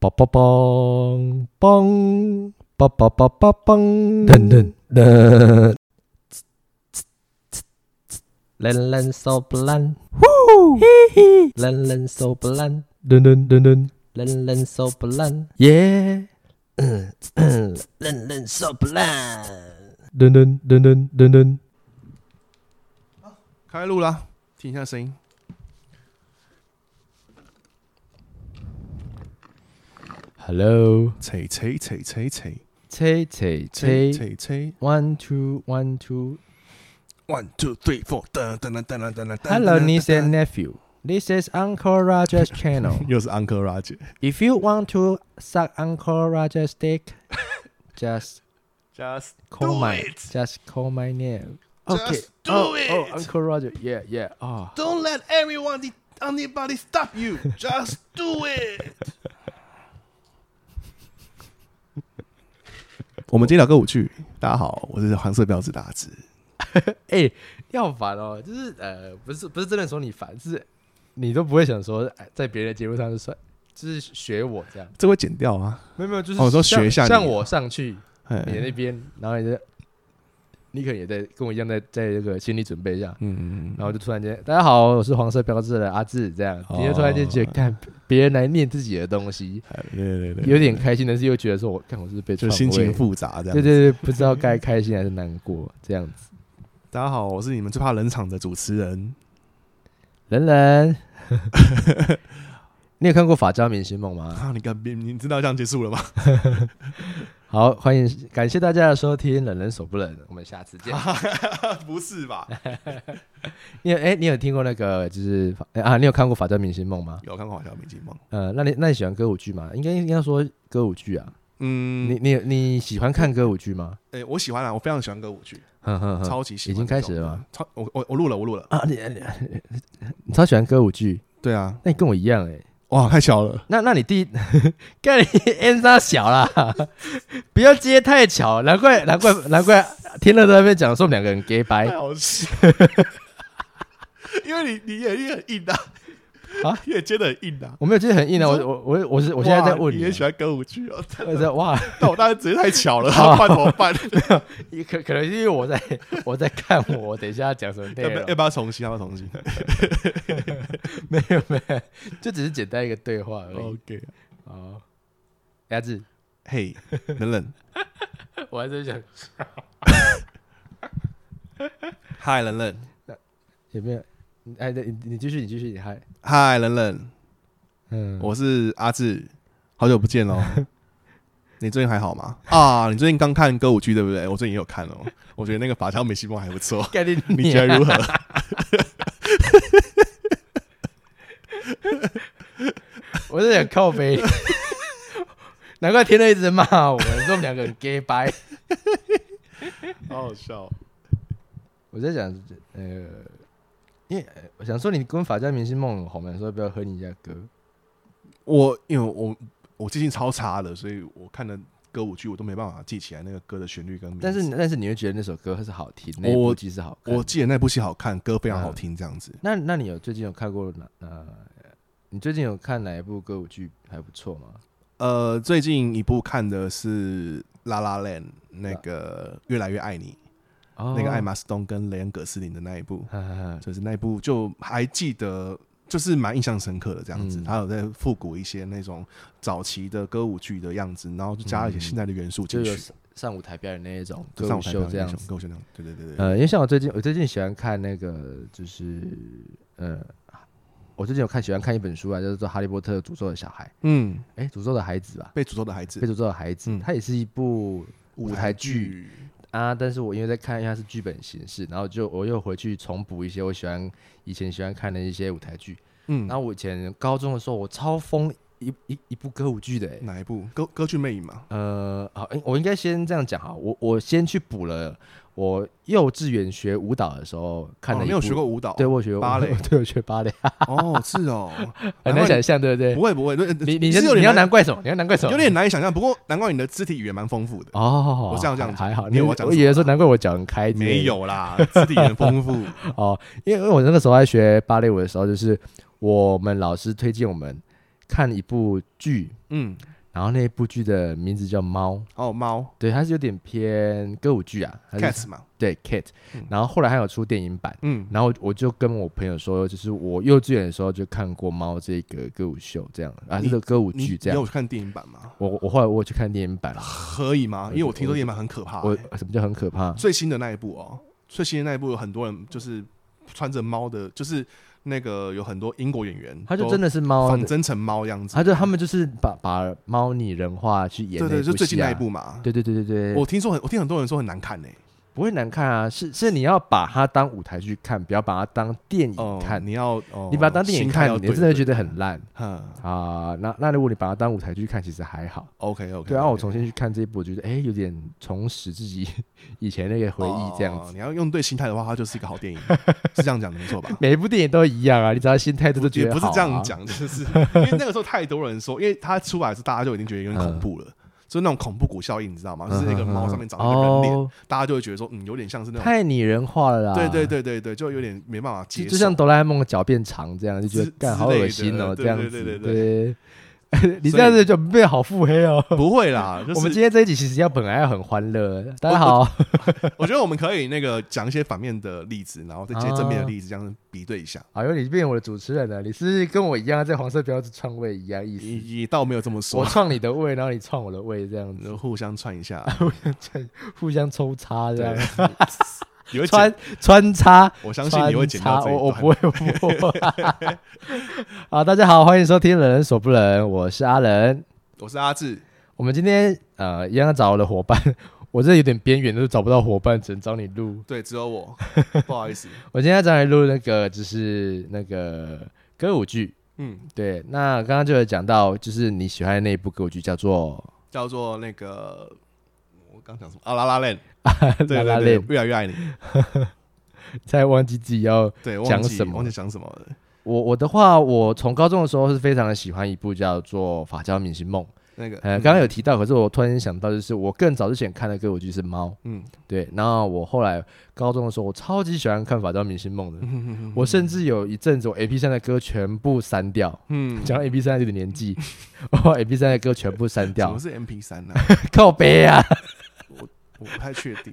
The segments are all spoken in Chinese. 梆梆梆梆梆梆梆梆梆，噔噔噔，人人手不烂，嘿嘿，人人手不烂，噔噔噔噔，人人手不烂，耶，人人手不烂。噔噔噔噔噔噔，开录啦，听一下声音。 Hello，切切切切切切切切切切切，One two one two，Hello ，one two three four，噔噔噔噔噔噔噔。 niece and nephew，This is Uncle Roger's channel。又是 Uncle Raj。 If you want to suck Uncle Roger's dick, just Just call Do my it. just call my name. Just Okay. do oh, it. oh, Uncle Roger. Yeah, yeah. Oh. don't let everyone the anybody stop you. Just do it 我们今天聊歌舞剧。大家好，我是黄色标志大志。哎、你好烦哦！就是呃，不是不是真的说你烦，是你都不会想说，哎，在别人的节目上就算就是学我这样，这会剪掉啊？没有没有，就是哦我说像学一下你像啊我上去你的哎，那边，然后你的你可能也在跟我一样在在这个心理准备一下，嗯，然后就突然间，大家好，我是黄色标志的阿志，这样，你就突然间觉得，哦看别人来念自己的东西，哎对对对，有点开心，但是又觉得说，我看我是不是被就篡是心位情复杂这样对对。对，不知道该开心还是难过，这样子。大家好，我是你们最怕冷场的主持人。人人，你有看过《法家明星梦》吗？啊，你干别，你知道这样结束了吗？好，欢迎，感谢大家的收听，冷人手不冷，我们下次见。 不是吧？你有哎、你有听过那个就是哎啊，你有看过《法家明星梦》吗？ 有看过《好笑明星梦》？呃，那你那你喜欢歌舞剧吗？应该应该说歌舞剧啊，嗯，你你你喜欢看歌舞剧吗？ 诶、我喜欢啊，我非常喜欢歌舞剧，哼哼哼，超级嗯喜欢。已经开始了吗？超，我我我录了，我录了。啊，你你你超喜欢歌舞剧，对啊，那你跟我一样哎、哇，太巧了。那那你第一， 干你 N 三小啦，不要接太巧，难怪难怪难怪天乐在那边讲说我们两个人 gay 太白，好笑， 因为你你也也很硬啊，啊， 也接的很硬啊。我没有接得很硬的，我我我我是我现在在哇问你你也喜啊，欢歌舞剧哦？我在哇，但我当然直接太巧 了，好办怎么办？可可能是因为我在我在看我，我等一下要讲什么内要不要要容，不要重新？要不要重新没有没有，就只是简单一个对话而已。 ？OK，哦，鸭子，嘿，冷冷，我还在想嗨，冷冷，有没有，哎，你你继续你继续，你还嗨，冷冷。嗯，我是阿志，好久不见 喽。你最近还好吗？啊，你最近刚看歌舞剧对不对？我最近也有看哦，我觉得那个《法条美西梦》还 ，不错概念你觉得如何？啊我是想靠背，难怪天乐一直骂我们，说我们两个很 gay 白。好好笑。我在想，呃，因为呃我想说，你跟法家明星梦很红的时候，不要哼你一下歌。我因为我我记性超差的，所以我看的歌舞剧我都没办法记起来那个歌的旋律跟名字。但是，但是你会觉得那首歌是好听，那我部剧是好看。嗯我记得那部戏好看，歌非常好听，这样子。那那你有最近有看过哪？呃，你最近有看哪一部歌舞剧还不错吗？呃，最近一部看的是《La La Land》，那个《越来越爱你》，啊哦那个艾？玛斯东跟雷恩葛斯林的那一部。哈哈哈就是那一部就还记得，就是蛮印象深刻的这样子。嗯他有在复古一些那种早期的歌舞剧的样子，然后就加了一些现代的元素就进有去，上上舞台表演那一种就歌上舞舞台秀表演这样那子种。歌舞秀那种，对对对对。呃，因为像我最近，我最近喜欢看那个，就是呃，我最近有看喜欢看一本书啊，叫做《哈利波特：诅咒的小孩》，嗯，哎，诅咒的孩子吧，被诅咒的孩子被，诅咒的孩子，嗯它也是一部舞台剧剧，啊，但是我因为在看，因为它是剧本形式，然后就我又回去重补一些我喜欢以前喜欢看的一些舞台剧。嗯然，后我以前高中的时候，我超疯一一一部歌舞剧的、诶哪一部？歌歌剧魅影嘛。呃，好，诶我应该先这样讲哈，我我先去补了我幼稚园学舞蹈的时候看哦的一没部、有学过舞蹈，对，我有学芭蕾 对，我学 芭蕾，哦，是哦，很难难怪想象，对不对不？会不会，对你你是有你点要难怪什么？你要难怪什么？有点难以想象，不过难怪你的肢体语言蛮丰富的，哦，我这样这样还还好。你你有我我讲什么以为说难怪我脚很开，没有啦，肢体语言丰富，哦，因为因为我那个时候在学芭蕾舞的时候，就是我们老师推荐我们看一部剧，嗯，然后那部剧的名字叫《猫》，哦，猫对，它是有点偏歌舞剧啊还是 cats 嘛，对 Cat，嗯然后后来还有出电影版。嗯，然后我就跟我朋友说，就是我幼稚园的时候就看过《猫》这个歌舞秀，这样啊，你这个歌舞你剧这你样有。看电影版吗？我我后来我有去看电影版，可以吗？因啊为我听说我电影版很可怕、我欸什么叫很可怕？最新的那一部哦，最新的那一部有很多人就是穿着猫的，就是那个有很多英国演员，它就真的是猫仿的，真成猫样子。它就他们就是把把猫拟人化去演对对，那就部最近戏啊那一，部嘛。对对对对对，我听说很，我听很多人说很难看呢、欸。不会难看啊，是是你要把它当舞台剧看，不要把它当电哦影，看。你要，哦你把它当电影心态看要，你对真的会对觉得很烂嗯啊。那那如果你把它当舞台剧看，其实还好。 ，OK OK。对，啊然后我重新去看这一部，我觉得哎，有点重拾自己 以前那个回忆这样哦子。你要用对心态的话，它就是一个好电影， 是这样讲没错吧？每一部电影都一样啊，你只要心态都也觉得不是好这样啊。讲，就是因为那个时候太多人说，因为它出来是大家就已经觉得有点恐怖了，嗯就是那种恐怖谷效应，你知道吗？啊就是那个猫上面长一个人脸，哦，大家就会觉得说，嗯，有点像是那种，太拟人化了啦。对对对对对，就有点没办法接就受，就像哆啦 A 梦的脚变长这样，就觉之得干好之类恶的心哦，对这样对子。对对 对你所这样以子就变好腹黑哦。不 会啦，就是我们今天这一集其实要本来要很欢乐，大家好，我觉得我们可以那个讲一些反面的例子，然后再接正啊面的例子，这样比对一下。哎呦，你变我的主持人了，你是不是跟我一样在黄色标志创位一样意也思？也倒没有这么我说，创你的位，然后你创我的位，这 样子互相串 一下，互相抽插这样对，，你 会剪穿穿插，我相信你会剪到穿这插一我我不。段会，我不会。 好，大家好，欢迎收听《人人所不能》，我是阿仁。我是阿志，我们今天呃一样找我的伙伴， 我这有点边缘，都找不到伙伴，只能找你录。对，只 有我，不好意思，我今天再来录那个，就是那个歌舞剧。嗯，对，那刚刚就有讲到，就是你喜欢的那一部歌舞剧叫 做叫做那个我刚讲什么啊？拉拉 链， 《对对拉拉对链》，越来越爱你，才忘记自己要对，忘讲记什么忘记讲什么了。我我的话，我从高中的时候是非常的喜欢一部叫做《法教明星梦》。那个，呃，刚刚有提到，可是我突然间想到，就是我更早之前看的歌舞剧是《猫》。嗯，对，然后我后来高中的时候，我超级喜欢看《法教明星梦》的。嗯我甚至有一阵子，我 A P 三的歌全部删掉。嗯，讲到 A P 三这个年纪， 我 A P 三的歌全部删什掉么。是 MP 三呢？ 靠背啊！我不太确定。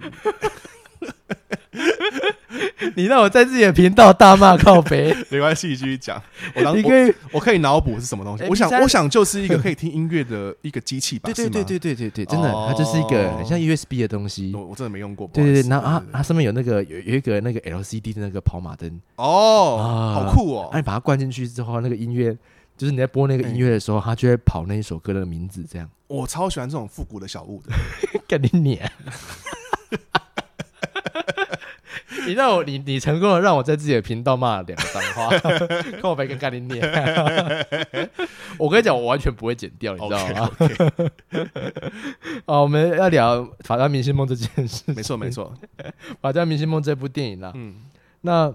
你让我在自己的频道大 骂靠背，没关系，继续讲。我当啊你我可以。我可以脑补是什么东西。 MP3 我想，我想就是一个可以听音乐的一个机器吧。是吗，哦对对对真的它就是一个很像 USB 的东西我哦我真的没用过。对对对，不然好意后思它它上面有那啊个有有一个那个 LCD 的那个跑马灯，哦，啊好酷那、哦。哎你把它灌进去之后，那个音乐就是你在播那个音乐的时候，它就会跑那一首歌的名字，这样。我超喜欢这种复古的小 物的。干你脸！ 你让我你你成功的让我在自己的频道骂了两个脏话， 靠背跟干你脸。 我跟你讲，我完全不会剪掉，你知道吗 OK，OK， 哦，我们要聊《法家明星梦》这件事， 没错没错。 《法家明星梦》这部电影啦、啊嗯，那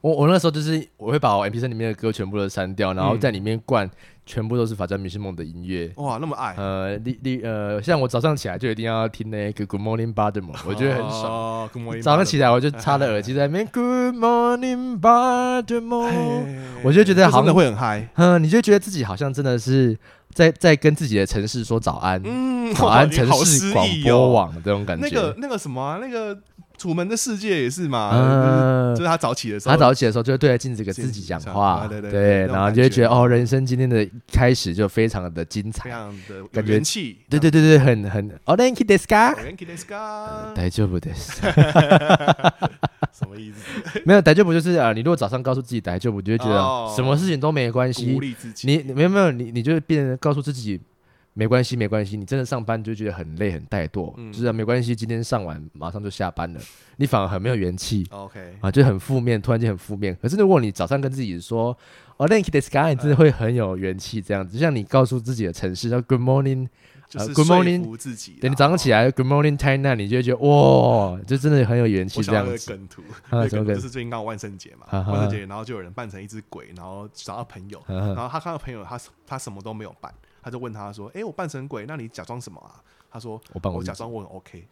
我我那时候就是我会把我 M P 3里面的歌全部都删掉，然后嗯在里面灌全部都是《法家明星梦》的音乐。哇，那么爱，呃，例例呃，像我早上起来就一定要听那个《Good Morning Baltimore》，我觉得很爽。爽。Good 哦 morning，早上起来我就插了耳机在那 边 Good Morning Baltimore，哎我就觉得这好真的像，会很嗨。嗯，你就觉得自己好像真的是在在跟自己的城市说早安，嗯，早哇安你城好市诗广意播哦网这种感觉。那个那个什么啊，那个《楚门的世界》也是嘛，就是嗯就是他早起的时候，他早起的时候就会对着镜子给自己讲话，自己讲话对对对那种然后就会感觉觉得哦，人生今天的开始就非常的精非彩，常的有感觉元气，啊对对对对，很很哦，thank you this guy，元气的 sky，大丈夫です。什么意思？没有大丈夫就是啊，你如果早上告诉自己大丈夫，你就会觉哦得什么事情都没关系鼓，励自己，你你没有没有你你就变成告诉自己。没关系，没关系。你真的上班就觉得很累、很怠惰，嗯就是、啊、没关系。今天上完马上就下班了，你反而很没有元气。 OK，啊，就很负面，突然间很负面。可是如果你早上跟自己说“哦 t h a n k you, this guy”，真的会很有元气。这样子，就像你告诉自己的城市叫 “Good 哦 morning”，就是 Good 说 morning，服自己啦。哦等你早上起来，来呃 “Good morning, China”，你就会觉得哇，就真的很有元气我这想到那样个子。梗图，啊那什个么梗梗图就是最近刚好万圣节嘛，啊哈万圣节，然后就有人扮成一只鬼，然后找到朋友，啊哈然后他看到朋友，他他什么都没有扮，他就问他说：“哎，我扮成鬼，那你假装什么啊？”他说：“我帮我我假装我很 OK。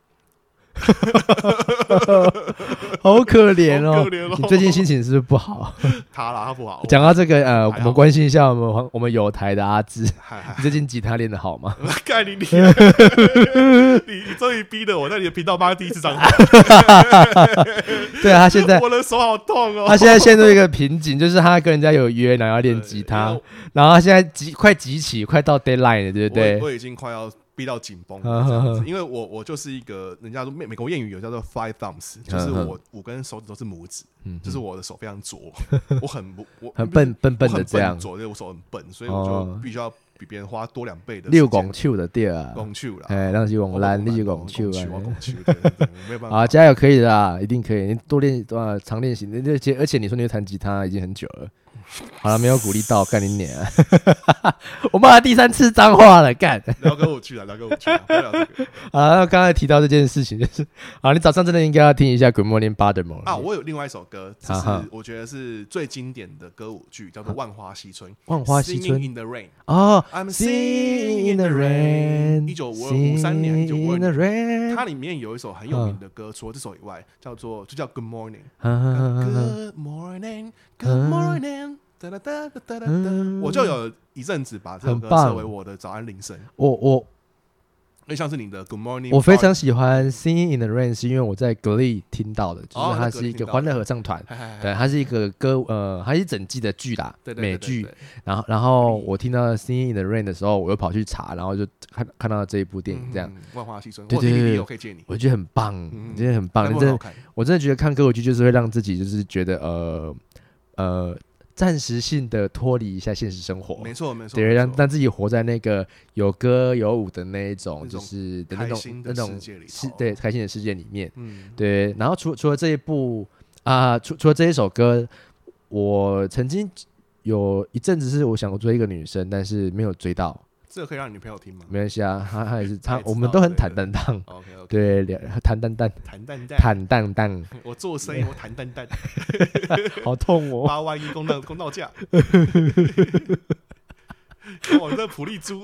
好可怜哦！好可怜哦你最近心情是不是不好？他啦，他不好。讲到这个，呃，还我好们关心一下我们黄我们有台的阿 志，你嗨，嗨最近吉他练得好 吗？盖你你 你你终于逼得我在你的频道骂第一次脏话，对啊，他现在我的手好痛哦。他现在陷入一个瓶颈，就是他跟人家有约，然后要练吉他因为，然后他现在集快集齐，快到 deadline 了，对不对我我？已经快要逼到紧绷嗯了哼这样哼子，因为我我就是一个人家说美美国谚语有叫做 five thumbs，就是嗯哼我五根手指都是拇指，嗯就是我的手非常 拙，我很不我很笨笨笨的这我很样笨，拙，对我手很笨，所以我就哦必须要比别人花多两倍的六拱拱手的对啊，拱哦去了，哎，让是拱烂，你是拱拱手去，啊我。拱去，对对对我没有 办啊，法。加油，可以的啦，一定可以。你多练啊，常练习。那而且而且你说你会弹吉他已经很久 了，好了，没有鼓励到，干你脸、啊！ 我骂了第三次脏话了，干聊跟我去了，聊跟我去了，不要聊这个啊！刚才提到这件事情，就是啊，你早上真的应该要听一下《Good Morning b a d e m o 啊！我有另外一首歌，这啊哈啊是我觉得是最经典的歌舞剧，叫做《万花西春》。万花西春 Singing in the Rain。哦 I'm ，Sing in the rain，一九五五三年，一九五 Sing in the 二 rain，它里面有一首很有名的歌，除了这首以外，叫做就叫 Good Morning。啊 Good morning, Good morning，哒哒哒哒哒哒嗯我就有一阵子把这首歌很棒设为我的早安铃声，我我因为像是你的 Good morning，我非 Barney 常喜欢《Sing in the Rain》，是因为我在 Glee 听到的，就哦是它那 Glee 是一个听到欢乐合唱团。嗨嗨嗨对，它是一个歌，呃，它是一整季的剧啦，哎对对美对对剧对。然后，然后我听到《Singing in the Rain》的时候，我又跑去查，然后就看看到这一部电影，这样、嗯万花西春，对我对对 DVD 对我可以借你，我觉得很棒，嗯真的很棒。那部真很好的，看。我真的觉得看歌舞剧就是会让自己就是觉得呃呃暂时性的脱离一下现实生活，没错没错，对，没让错让自己活在那个有歌有舞的那一种，那就种是的那开种心那的世种界里是头，对开心的世界里面。嗯，对，然后除除了这一部啊、除除了这一首歌，我曾经有一阵子是我想追一个女生，但是没有追到，这个可以让你女朋友听吗没关系啊，她她也是她她也，知我们道都很对坦荡荡， ？OK OK，对，聊坦荡荡，谭蛋蛋，坦荡荡，我做生意我谭蛋蛋，好痛哦。八万一公道公道价。哦，你这普利猪，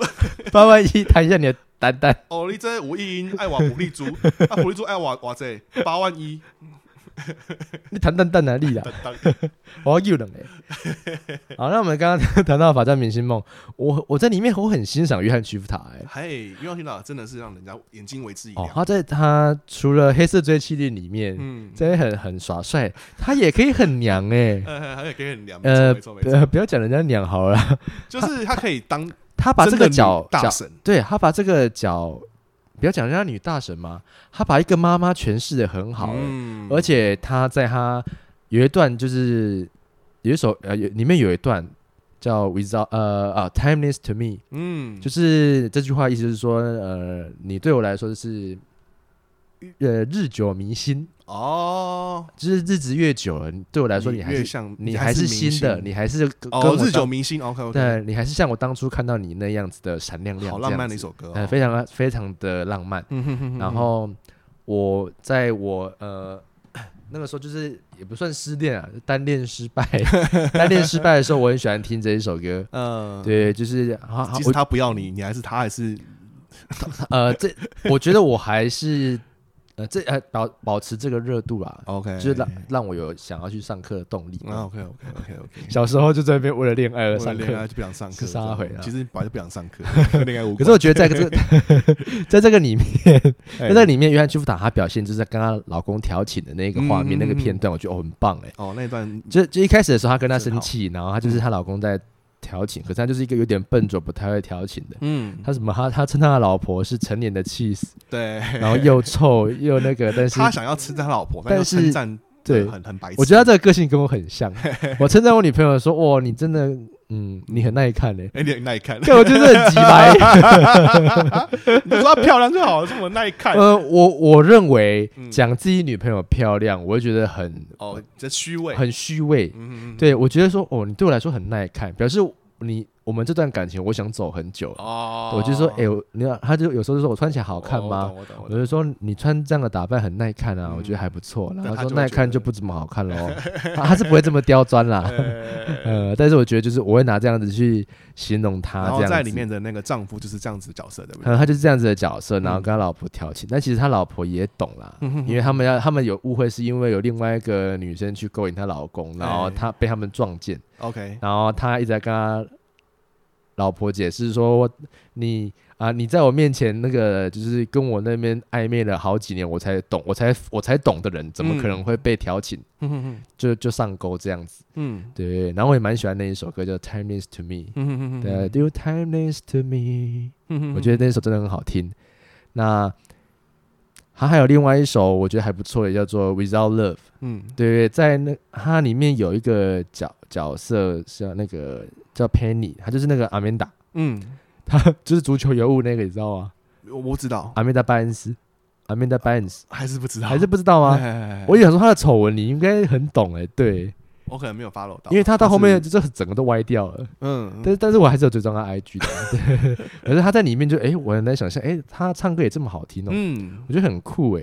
八万一，弹一下你的蛋蛋，哦，你这吴亦英爱玩普利猪，啊，普利猪爱玩哇塞，八万一，你弹蛋蛋哪里啦？等等，我要冷哎。好，那我们刚刚谈到《法战明星梦》，我我在里面我很欣赏约翰·屈服塔哎、嘿，月亮群岛真的是让人家眼睛为之一哦，亮。他在他除了《黑色追妻令》里面，嗯，真的很很耍帅，他也可以很娘哎、呃，还有给很凉，没错呃没错没错，呃，不要讲人家娘好 了，就是他可以当他把这真个的女角大角，神，对他把这个角，不要讲人家女大神嘛，他把一个妈妈诠释的很好、欸，嗯而且他在他有一段就是有一首呃有里面有一段叫 without 呃啊 timeless to me，嗯，就是这句话意思是说呃你对我来说是呃日久弥新，哦，就是日子越久了，对我来说你还越是像你还还是明新的，星你还是跟跟哦我，日久当弥新，OK OK，对，你还是像我当初看到你那样子的闪亮亮，好这样浪漫的一子首歌哦，呃，非常非常的浪漫。嗯哼哼哼哼然后我在我呃 那个时候就是也不算失恋啊，单恋失 败，单恋失败的时候，我很喜欢听这一首歌。嗯，对，就是好好即使我他不要你，你还是他还是呃，这我觉得我还是呃这呃保保持这个热度啦， OK，就是让让我有想要去上课的动力。啊 OK OK OK OK，小时候就在那边为了恋爱而上恋课爱，就不想上课，是撒回啊其实本来就不想上 课，跟恋爱无关。可是我觉得在这个 在这个里面，哎在这里面，约翰·屈服塔她表现就是在跟她老公调情的那个画面、嗯嗯嗯那个片段，我觉得哦很棒哎。哦那一段就就一开始的时候，她跟她生气，然后她嗯就是她老公在调情，可是她就是一个有点笨拙、不太会调情的。嗯，她什么？她她称她的老婆是成年的气 死，对，然后又臭又那个，但是他想要吃他老婆，但但是是称赞对很很白痴。我觉得她这个个性跟我很像。啊我称赞我女朋友说：“哇，你真的，嗯，你很耐看 嘞。”哎，你很 耐看，但我觉得很鸡白。 你说她漂亮就好了，这么耐看呃，我我认为嗯讲自己女朋友漂亮，我会觉得很哦，这虚伪。很虚伪。嗯，嗯嗯对我觉得说，哦，你对我来说很耐看，表示你我们这段感情我想走很久。哦我就说，哎、我你看，他就有时候就说我穿起来好好看吗？我懂，我我懂，就说你穿这样的打扮很耐看啊，嗯我觉得还不错。然但后他他说就会耐觉看得就不怎么好 看喽，他他是不会这么刁钻啦。呃，呃，但是我觉得就是我会拿这样子去形容他，然这样后子嗯在里面的那个丈夫就是这样子的角色，对不可对？能他就是这样子的角色，然后嗯跟他老婆调情，但其实他老婆也懂啦，嗯哼因为他们要他们有误会，是因为有另外一个女生去勾引她老公，然后哎他被他们撞见， OK， 然后他一直在跟他老婆解释说，我你啊你在我面前那个就是跟我那边暧昧了好几年，我才懂，我才我才懂的人，怎么可能会被调情、嗯哼哼就就上钩这样子？嗯对，然后我也蛮喜欢那一首歌叫《Timeless to Me》。嗯哼哼对，Do timeless to me，、嗯哼我觉得那首真的很好听。那他还有另外一首我觉得还不错，也叫做《Without Love》。嗯对，在那它里面有一个角角色是那个叫 Penny，她就是那个阿曼达，嗯，她就是足球尤物那个，你知道吗？我嗯我知道，阿曼达·拜恩斯，阿曼达·拜恩斯，还是不知道，还是不知道哎吗？哎哎哎我也想说她的丑闻，你应该很懂哎、对，我可能没有 follow 到，因为她到后但面是就是整个都歪掉了。嗯，但但是我还是有追踪他 IG 的， 对可是他在里面就哎、诶我很难想象，哎、他唱歌也这么好听哦、嗯我觉得很酷哎、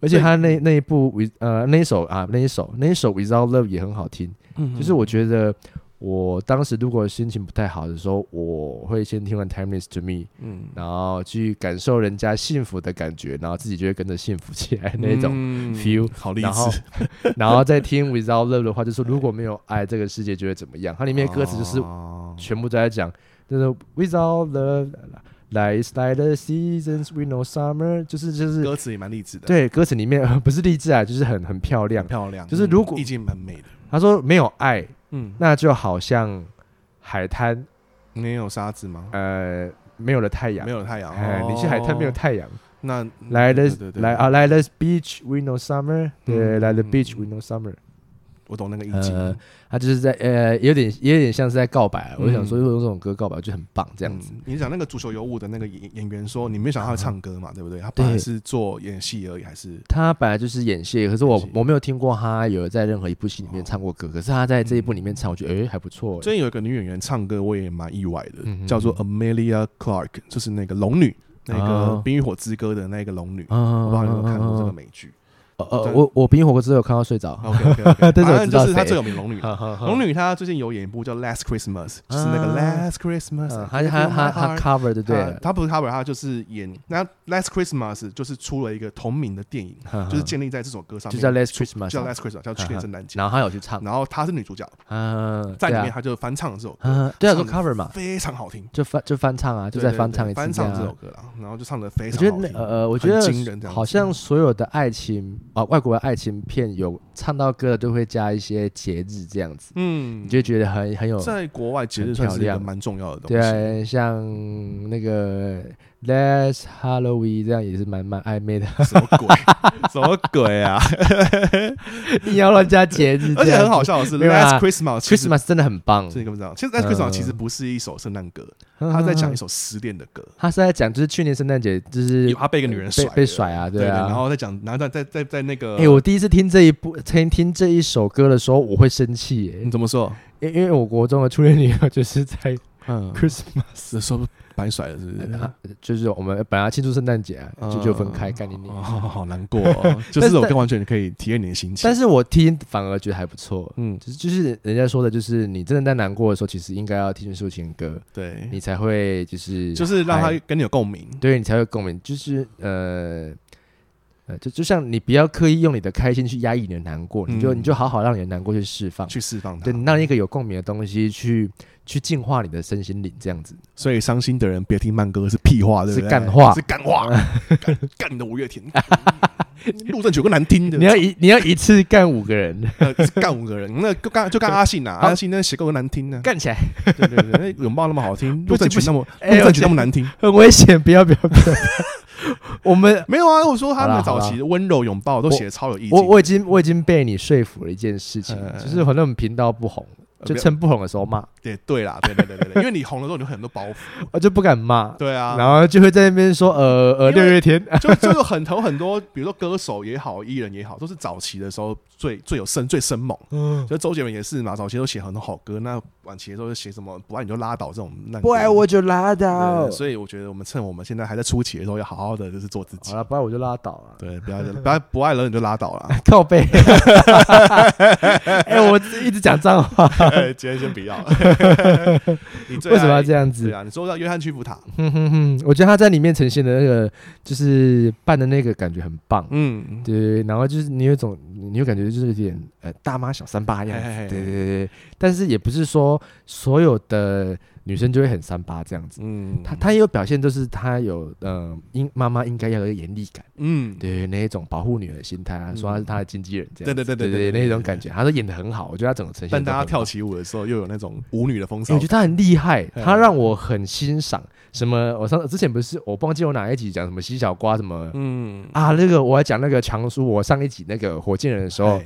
而且他那那一部 with 呃那一首啊那一首那一首 Without Love 也很好听，嗯，就是我觉得我当时如果心情不太好的时候，我会先听完 Timeless to Me，嗯然后去感受人家幸福的感觉，然后自己就会跟着幸福起来那种。嗯 feel，好励然后志，然后再听 Without Love 的话，就是如果没有爱，这个世界就会怎么样？它里面的歌词就是哦全部都在讲，就是 without love lies like the seasons we know summer，就是就是歌词也蛮励志的，，对歌词里面、呃不是励志啊，就是很很漂亮很。漂亮，就是如果嗯意境蛮美的，他说没有爱，嗯，那就好像海滩，没有沙子吗？呃，没有了太阳没。有太阳，哎，哦你去海滩没有太阳，那来了对对对来啊，来了 beach we know summer，对，嗯来了嗯 beach we know summer，我懂那个意呃境，，嗯他就是在呃，有点也有点像是在告白啊。我想嗯说，用这种歌告白就很棒，这样子。嗯。你讲那个足球尤物的那个演演员说，你没有想到他会唱歌嘛，对不对？他本来对是做演戏而已，还是他本来就是演戏，可是我演戏哦我没有听过他有在任何一部戏里面唱过歌，可是他在这一部里面唱，我觉得诶还不错、最近有一个女演员唱歌，我也蛮意外的，嗯哼叫做 Amelia Clark，就是那个龙女，那个哦《冰与火之歌》的那个龙女。嗯我不知道你有没有看过这个美剧呃呃，我我冰火锅只有看到睡着， ？OK OK OK，但是我反正知道就是她谁最有名的龙女。哦龙龙女她最近有演一部叫《Last Christmas》，就是那个啊 Last Christmas，嗯， I 他 gave you 他他他 my heart cover 对不她对？她不是 cover，她就是演那《Last Christmas》就是出了一个同名的电影，就是建立在这首歌上就面，叫 Last 叫 Christmas，啊 Last Christmas，叫去年圣诞节。然后他有去唱，然后她是女主角，嗯，在里对啊面，她就翻唱了这首歌，嗯，对啊，就唱得 cover 嘛，非常好听，就翻就翻唱啊，就再对对翻对唱一次，翻唱这样啊首歌啦，然后就唱的非我常觉得好听那呃，我觉很惊人得这样好子像所有的爱情啊、外国的爱情片有唱到歌的都会加一些节日这样子，嗯你，就觉得很很有在国外节日很算是一漂个亮蛮重要的东西。对啊， 像那个 Last Halloween 这样也是蛮蛮暧昧的， 什么鬼？什么鬼 啊！你要乱加节日，而且很好。笑的是没有啊，Last Christmas 其实 Christmas 嗯真的很棒，这个不知道，其实 Last Christmas 其实不是一首圣诞歌，嗯他在讲一，首失恋的歌， 他是在讲就是去年圣诞节就是他被一个女人被甩，被，甩啊，对对，啊，然后再呃讲，然后再再再在那个，哎，我第一次听这一部听听这一首歌的时候，我会生气耶你，嗯怎么说？因因为我国中的初恋女友就是在嗯， Christmas。是说白甩了是不嗯是？啊就是我们本来庆祝圣诞节、啊，就就分开嗯干你你。哦，好难过 哦，就这首歌完全可以体验你的心情。但是我听反而觉得还不错，嗯，就是就是人家说的，就是你真的在难过的时候，其实应该要听抒情歌，对，你才会就是嗯就是让他嗨跟你有共鸣。对你才会共鸣，就是呃。呃，就就像你不要刻意用你的开心去压抑你的难过，你就嗯你就好好让你的难过去释放，去释放它对，，你让一个有共鸣的东西去去净化你的身心灵，这样子。所以伤心的人别听慢歌是屁话，对不对？是干话是干话，干干你的五 月天，嗯陆正曲有个难听的，你要一你要一次干五个 人，呃是干五个人，那就干就干阿信呐，啊好阿信那写够难听的，啊哎干起来，对对对，那拥抱那么 好听，不陆行正曲那么哎陆我正曲觉那得么难听，很危险，不要不要不要！ 我 们没有啊，我说他好们啦早好啦期的温柔拥抱都写的超有意我境，我已经我已经被你说服了一件事情，呃就是反正我们频道不红，呃就不要趁不红的时候骂，也对啦，对对对对对，因为你红了之后你就很多包 袱，我就不敢骂，对啊，然后就会在那边说呃呃因六为月天，就就有很头很多，比如说歌手也好，艺人也好，都是早期的时候最最有生最生猛。嗯，所以周杰伦也是嘛，早期都写很多好歌，那晚期的时候就写什么不爱你就拉倒这种烂歌。就拉 对所以我觉得我们趁我们现在还在初期的时候，要好好的就是做自己好。了，不然我就拉倒了，对，不要不要不爱了你就拉倒了。 靠背。 哎，我一直讲脏话，今天先不要。你最爱为什么要这样对子？啊，你说到约翰屈服塔，哼哼哼，我觉得他在里面呈现的那个，就是扮的那个感觉很棒。嗯，对，然后就是你有一种，你有感觉就是有点呃大妈小三八的样子，嘿嘿嘿对对对对。但是也不是说所有的女生就会很三八这样子，嗯，她她也有表现，就是她有呃应妈妈应该要有严厉感，嗯，对那一种保护女儿的心态啊，嗯说她是她的经纪人这对样，对对对对那种感觉，她都演的很好，我觉得她整个呈现但得大家很跳好起舞的时候又有那种舞女的风欸骚我觉得。他很厉害，嘿他让我很欣赏。什么？我上之前不是我忘记我哪一集讲什么西小瓜什么、嗯，啊？那个我还讲那个强叔，我上一集那个火箭人的时候哎，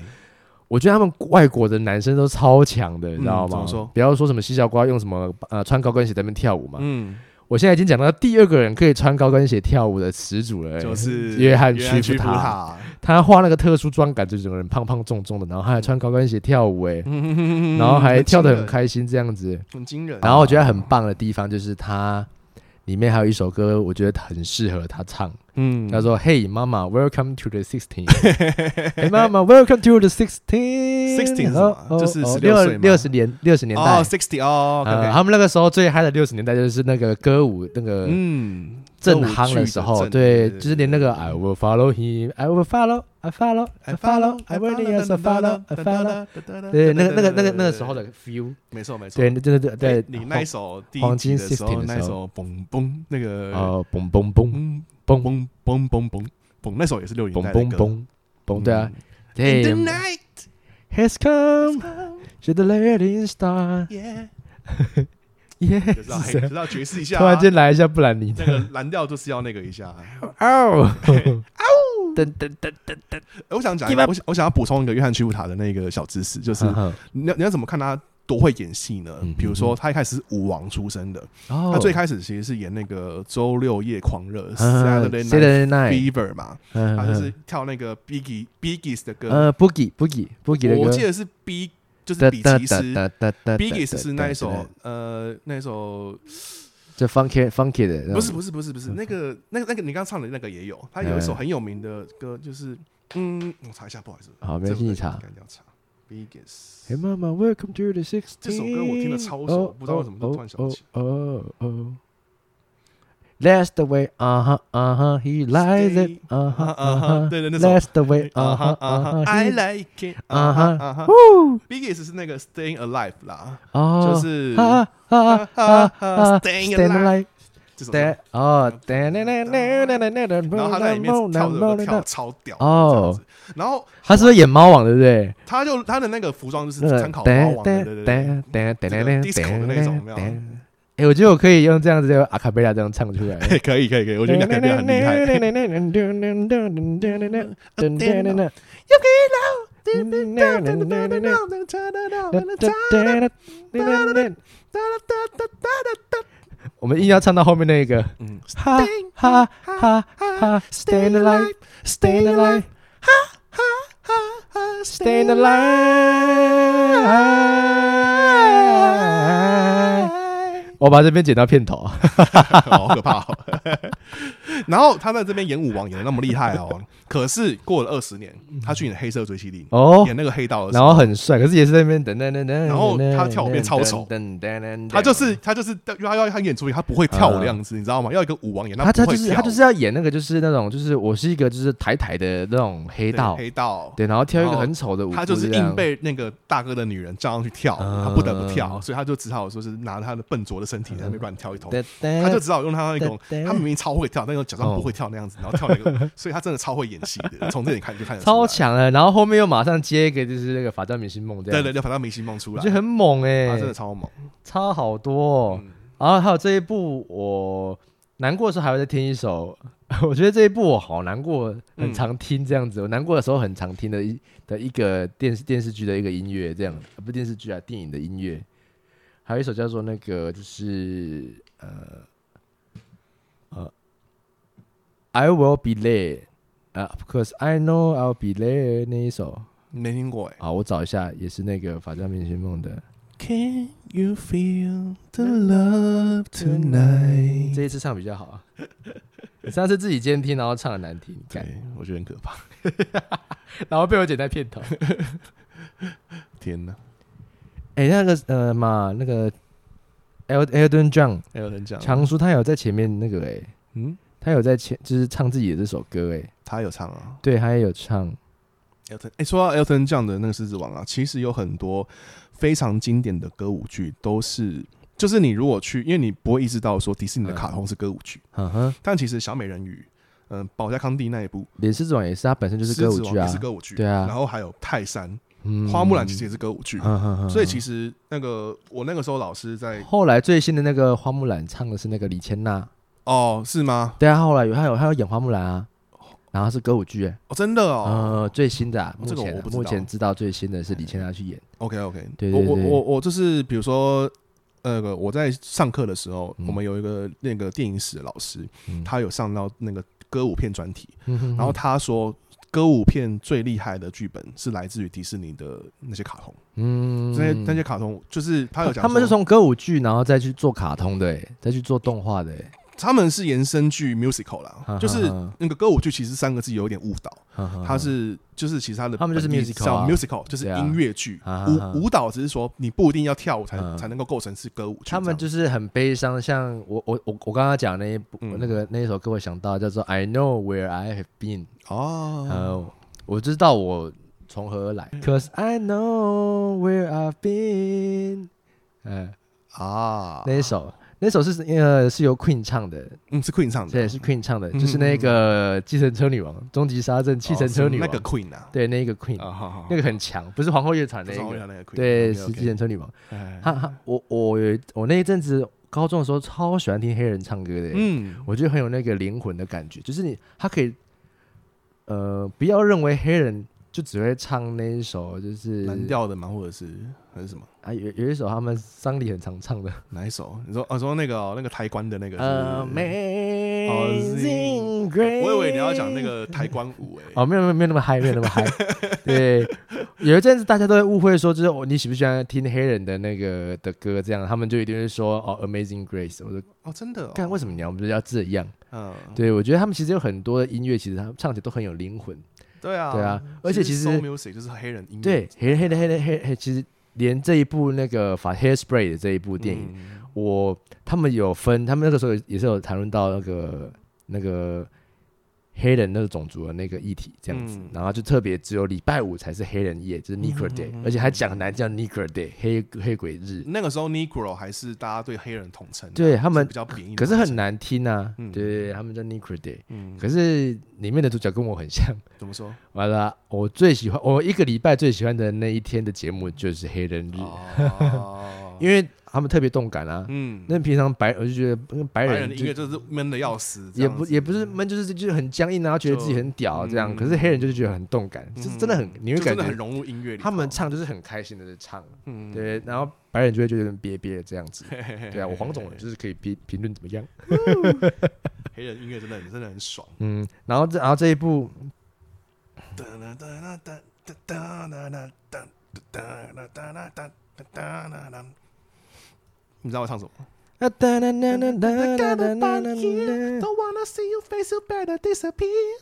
我觉得他们外国的男生都超强的，你知道嗯怎吗么说？不要说什么西小瓜用什么呃穿高跟鞋在那边跳舞嘛。嗯，我现在已经讲到第二个人可以穿高跟鞋跳舞的始祖了、欸就是约翰屈服屈服塔塔。他画那个特殊妆感，就整个人胖胖重重的，然后他还穿高跟鞋跳舞、欸，嗯 然后还跳得很惊人开心这样子。 很惊人。然后我觉得很棒的地方就是它里面还有一首歌，我觉得很适合他唱，嗯叫做《Hey Mama, Welcome to the Sixteen》。Hey Mama, Welcome to the Sixteen。哦16是什么就是16岁吗六十年六十年代哦。sixty 哦 呃， ，OK，他们那个时候最嗨的六十年代就是那个歌舞那个嗯，正夯的时候，对，就是连那个 I will follow him, I will follow, I follow, I follow, I will also follow, I follow。对， 那个那个那个那个时候，的 feel，没错没错，对，对对对对对，，你那一首第黄一金集的时候， 16那一首嘣嘣那个，呃，嘣嘣嘣。嗯，嘣嘣嘣嘣嘣嘣，那首也是六零嘣代的嘣歌，嘣嘣，对啊嗯。对 In the night, ，Has come, s h o u l the letting star, yeah， yeah 就是要嘿 就是要爵士一下啊，突然间来一下布兰妮那个蓝调就是要那个一下。哎哦 噔噔噔噔噔，哎我想讲 Give，up 我想我想要补充一个约翰屈布塔的那个小知识，就是嗯你要你要怎么看他多会演戏呢嗯？比如说，他一开始是舞王出身的，哦他最开始其实是演那个《周六夜狂热》嗯 （Saturday Night Saturday Night， Fever） 嘛，嗯他就嗯是跳那个 Biggie Biggie's 的歌。呃，Boogie Boogie Boogie 的歌，我记得是 B，就是哒比哒奇哒斯哒哒哒哒，Biggie's 哒是那一哒首哒呃那首就 Funky Funky 的那种，不是不是不是不是那个那个那个你刚唱的那个也有，他有一首嗯很有名的歌，就是嗯，我查一下，不好意思，好，没这关系，个你查应。该要查 Biggie's。 Hey Mama, welcome to the sixteen。Oh, 这首歌我听了超熟不知道为什么就突然想起哦哦哦哦。That's the way, uh huh, uh huh, he likes it, Stay- uh huh, Uh-huh, 啊 uh 哈， huh. 对对，那首 That's the way, uh 啊 huh, 哈 uh 啊哈 huh. uh-huh, ，I he- like it，啊啊哈哈啊哈，Biggest 是那个 Staying Alive 啦，哦，就是啊啊啊啊啊啊啊，Staying uh-huh. ，Stand Alive alive, 这首歌， that 哦，da da da da da da da da。然后他在里面跳着跳得超屌的这样子，然后他是不是演猫王对不对？他就他的那个服装就是那个参考猫王的，对对对，哒哒这个 disco 的那种有没有哎，我觉得我可以用这样子的阿卡贝拉这样唱出来。嘿可以可以可以，我觉得两个人很厉害。我们硬要唱到后面那个，嗯哈哈哈哈，Stand alive, Stand alive, 啊 Stand alive。我把这边剪到片头啊， 好可怕、哦。然后他在这边演舞王演的那么厉害哦，可是过了二十年，他去演《黑色追击令》嗯哦，演那个黑道的时然候，后很帅，可是也是在那边等等等等，然后他跳舞变超丑他就是他就是他要他演主演，他不会跳舞的样子，你知道吗？要一个舞王演，嗯他不他会就是跳舞他就是要演那个就是那种就是我是一个就是台台的那种黑对道，黑道，对，然后跳一个然后很丑的舞步这他样，就是硬被那个大哥的女人叫上去跳，嗯他不得不跳，所以他就只好说是拿他的笨拙的身体在那边乱跳一通。哒哒，他就只好用他那种，对对他明明超会跳，但又假装不会跳那样子，然后跳那 个，所以他真的超会演戏的，从这里看就看得出来超。强了，然后后面又马上接一个就是那个法杖明星梦这对样，对对，反正明星梦出我来觉得，很猛哎、他真的超猛。差好多、哦嗯然后还有这一部我难过的时候还会再听一首 我觉得这一部我好难过，很嗯常听这样子。我难过的时候很常听的一的一个电视电视剧的一个音乐，这样呃不是电视剧啊，电影的音乐。还有一首叫做那个就是呃呃，I will be late 啊、b e c a u s e I know I'll be late 那一首没听过哎、啊，我找一下，也是那个《法家明星梦》的。 Can you feel the love tonight？这一次唱比较好啊。你上次自己监听，然后唱的难听，干对，我觉得很可怕。然后被我剪在片头。天哪， 哎、那个呃嘛，那个 El Elton John 还有人讲，强叔他有在前面那个哎、嗯，他有在前就是唱自己的这首歌哎、他有唱啊。对他也有唱， Elton，哎、说到 Elton 这样的那个《狮子王》啊，其实有很多非常经典的歌舞剧都是，就是你如果去，因为你不会意识到说迪士尼的卡通是歌舞剧，嗯哼，但其实《小美人鱼》、嗯，《保加康帝》那一部连狮子王也是，他本身就是歌舞狮子剧王啊也，是歌舞剧，对啊然后还有《泰山》嗯花木兰其实也是歌舞剧，嗯哼哼所以其实那个我那个时候老师在后来最新的那个花木兰唱的是那个李千娜，哦，是吗？对啊，她后来有他有他有演花木兰啊，然后是歌舞剧哎、哦，真的哦。呃，最新的、啊，哦这个目前啊我不知道目前知道最新的是李千娜去演， OK OK，对我对我对我我就是比如说。那个我在上课的时候，嗯我们有一个那个电影史的老师，嗯他有上到那个歌舞片专题，嗯哼哼然后他说歌舞片最厉害的剧本是来自于迪士尼的那些卡通，嗯那些那些卡通就是他有讲说，他们是从歌舞剧，然后再去做卡通的、欸，再去做动画的、欸，他们是延伸剧 musical 啦，就是那个歌舞剧其实三个字有一点误导，它他是就是其实它的嗯他们就是本地 musical 叫啊 musical 就是对啊音乐剧啊哈哈舞舞蹈只是说你不一定要跳舞才嗯才能够构成是歌舞剧这他样，们就是很悲伤，像我我我我刚刚讲那一部、嗯那个那一首歌，我想到叫做《I Know Where I Have Been》，哦，嗯呃，我知道我从何而来，Cause I know where I've been，呃，啊，那一首。那首是呃是由 Queen 唱的，嗯是 Queen 唱的，这也是 Queen 唱的，嗯就是那个《计程车女王》《终极杀阵》《计程车女哦王是》那个 Queen 啊，对那个 Queen，、啊好好，那个很强，不是皇后乐团不那一是王力个宏，那个 Queen，对，是 OK，OK 计程车女王。哎他他我我有一我那一阵子高中的时候超喜欢听黑人唱歌的、嗯我觉得很有那个灵魂的感觉，就是你他可以，呃，不要认为黑人就只会唱那一首，就是蓝调的嘛，或者是还是什么啊有有一首他们丧礼很常唱的，哪一首？你说哦说那个哦那个抬棺的那个，呃是不是 Amazing Grace，我以为你要讲那。个抬棺舞哎，哦，没有没有没有那么嗨，没有那么嗨。对，有一阵子大家都会误会说，就是哦，你喜不喜欢听黑人的那个的歌？这样，他们就一定会说哦，Amazing Grace。我说哦真的哦，干，为什么你要我们就要这样？嗯对我觉得他们其实有很多的音乐，其实他们唱起来都很有灵魂。对啊对啊而且其实 soul music 就是黑人音乐，对，黑黑的黑的黑黑，其实连这一部那个法 Hairspray 的这一部电影，嗯我他们有分，他们那个时候也是有谈论到那个那个黑人那个种族的那个议题这样子，嗯然后就特别只有礼拜五才是黑人夜，就是 Negro Day，、嗯嗯嗯嗯而且还讲很难叫 Negro Day，黑黑鬼日，那个时候 Negro 还是大家对黑人统称的，对他们是比较贬义的可统是称，很难听啊，嗯对他们叫 Negro Day，嗯，可是里面的主角跟我很像。怎么说？完了，我最喜欢我一个礼拜最喜欢的那一天的节目就是黑人日，哦因为他们特别动感啊。 嗯，那平常白我就觉得白白人人的音乐就就是闷的要死，这也样不子也不是闷，就是就是很僵硬，然后觉得自己很屌这样。嗯可是黑人就是觉得很动感，嗯就是真的很你会就感真的很觉融入音乐里头，他们唱就是很开心的在唱，嗯，对。然后白人就会觉得有点憋憋这样子，嘿嘿嘿对啊。我黄总就是可以评评论怎么样，黑人音乐真的很真的很爽。 嗯。然后这然后这一部哒啦哒啦哒哒哒啦啦哒哒啦哒啦哒哒哒啦啦你知道我唱什么吗啊哒啦啦啦啦啦啦啦啦啦？Don't wanna see your face, you better disappear.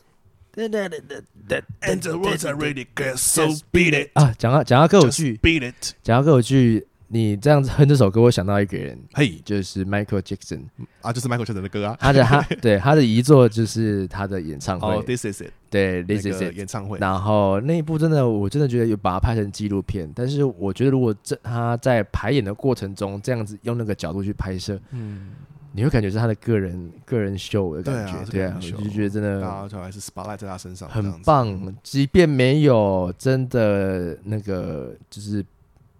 哒哒哒哒哒 And the world's already got so beat it, 啊，讲到讲到歌舞 just 剧， beat it. 讲到歌舞剧，你这样子哼这首歌，我想到一个人，嘿，就是 Michael Jackson，啊，就是 Michael Jackson 的歌啊。他的他对他的遗作就是他的演唱会哦，This is it，对那 This Is 个 It。演唱会。然后那一部真的，我真的觉得有把它拍成纪录片，但是我觉得如果这他在排演的过程中这样子用那个角度去拍摄，嗯，你会感觉是他的个人个人秀的感觉，对对啊啊，是个人秀我就觉得真大的家就还是 spotlight 在他身上，这样很子。棒。即便没有真的那个，就是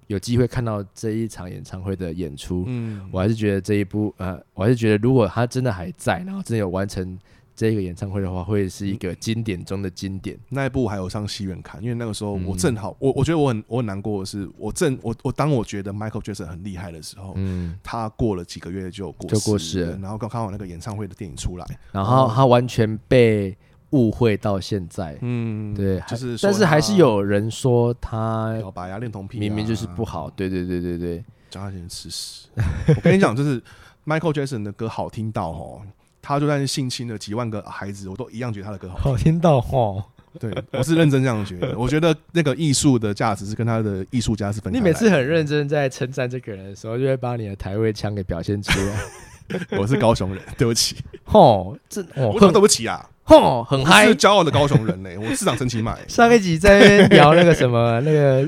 有机会看到这一场演唱会的演出，嗯，我还是觉得这一部，呃，我还是觉得如果他真的还在，然后真的有完成这个演唱会的话，会是一个经典中的经典。那一部我还有上戏院看，因为那个时候我嗯正好，我我觉得我很我很难过的是，我正我我当我觉得 Michael Jackson 很厉害的时候，嗯，他过了几个月就过就过世了哎了，然后刚看完那个演唱会的电影出来，然后他完全被误会到现在，嗯，对，还就是说但是还是他有人说他表白啊、恋童癖啊，明明就是不好，对对对对对，讲他先吃屎。我跟你讲，就是 Michael Jackson 的歌好听到哦，他就算是性侵了几万个孩子，我都一样觉得他的歌好。好听到哦吼。对，我是认真这样觉得。我觉得那个艺术的价值是跟他的艺术家是分 开你来每的。次很认真在称赞这个人的时候，就会把你的台位腔给表现出来。我是高雄人，对不起，吼，这 哦我怎么很对不起啊？吼很我嗨是。骄傲的高雄人呢、我市长陈其迈。上一集在那边聊那个什 么，那个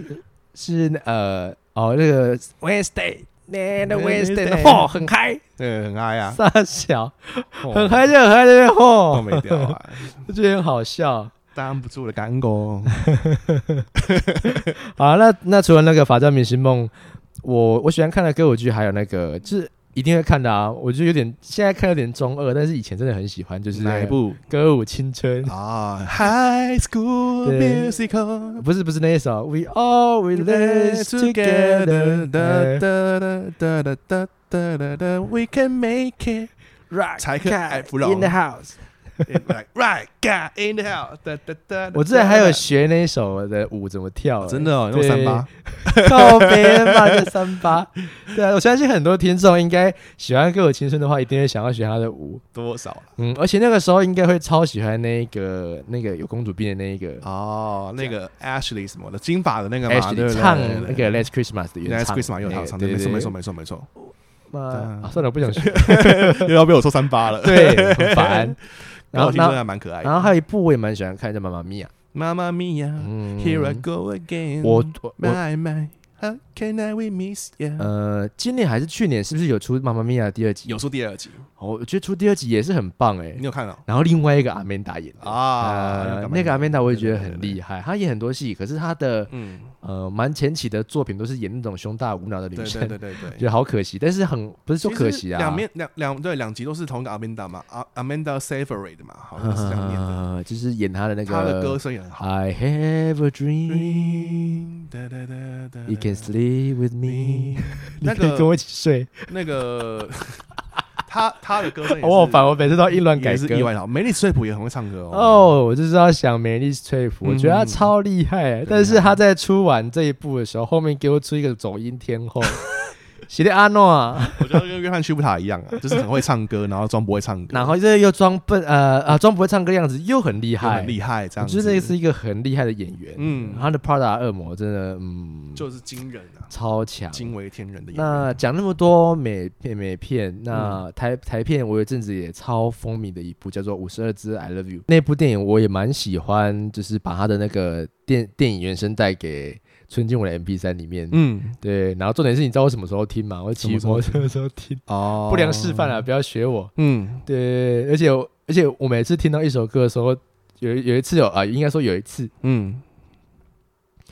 是呃哦那个 Wednesday。那那 Wednesday， Wednesday 吼很嗨，对，很嗨啊，傻小，哦很嗨就很嗨，对都吼，没掉啊，我觉得很好笑。挡不住的干戈。好，那那除了那个《法教明星梦》，我我喜欢看的歌舞剧还有那个，就是一定会看的啊。我就有点现在看有点中二，但是以前真的很喜欢，就是那哪个一部歌舞青春。啊？High School 对 Musical。不是不是那一首，We always dance together，哎 da da da da da da we can make it right 柴可艾弗隆 in the house。 like right God in the house da da da。我之前还有学那一首的舞怎么跳、真的哦，那对三八，告别吧，这三八。 对啊，我相信很多听众应该喜欢歌舞青春的话，一定会想要学他的舞。多少了？嗯，而且那个时候应该会超喜欢那个那个有公主病的那一个，哦，那个 Ashley 什么的，金发的那个嘛， Ashley 对不对唱对那个对 Last Christmas 的原来原唱 Christmas 又那有个唱，对没错对没错没错没错， 妈嗯啊算了，我不想 学，又要被我说三八 了。对，很 烦。然然后后听然说后还蛮可爱然后的。还有一部我也蛮喜欢看，叫《妈妈咪呀》。妈妈咪呀嗯，Here I go again。我我我 My my。How can I we miss you？呃，今年还是去年，是不是有出《妈妈咪呀》第二集？有出第二集，哦，我觉得出第二集也是很棒哎、你有看到？然后另外一个阿曼达演的啊呃，那个阿曼达我也觉得对很对对厉害，她演很多戏，可是她的嗯，呃蛮前期的作品都是演那种胸大无脑的女对生，对对对对， 觉得好可惜。但是很不是说可惜啊，两面两两对两集都是同一个 Amanda 嘛啊，Amanda Savory 的嘛，好像是这样念的。呃就是演她的 那个他的歌声也很好。 I have a dream, you can You sleep with me，那你可以跟个我一起睡。那个， 他他的歌声也 是我好烦，我每次都要意乱改也是歌意。外的好。梅丽史翠普也很会唱歌哦。哦，我就是要想梅丽史翠普，我觉得她嗯超厉害。但是她在出完这一部的时候，后面给我出一个走音天 后，喜力阿诺啊，我觉得跟约翰·屈布塔一样啊， 就是很会唱歌，然后装不会唱歌， 然后这又装笨，呃啊，装不会唱歌的样子，又很厉又害，很厉害我这样觉子。得这个是一个很厉害的演员。嗯嗯，他的 Prada 恶魔真的，嗯，就是惊人啊，超强。惊为天人的演员。嗯那讲那么多美片美片，那台台片我有一阵子也超风靡的一部叫做《五十二只 I Love You》那部电影，我也蛮喜欢，就是把他的那个电电影原声带给春进我的 MP 三里面。嗯对，然后重点是你知道我什么时候听吗？我骑什么摩托 车的时候听，哦不良示范啊，不要学我。嗯对，而且我而且我每次听到一首歌的时候，有有一次有啊、应该说有一次嗯，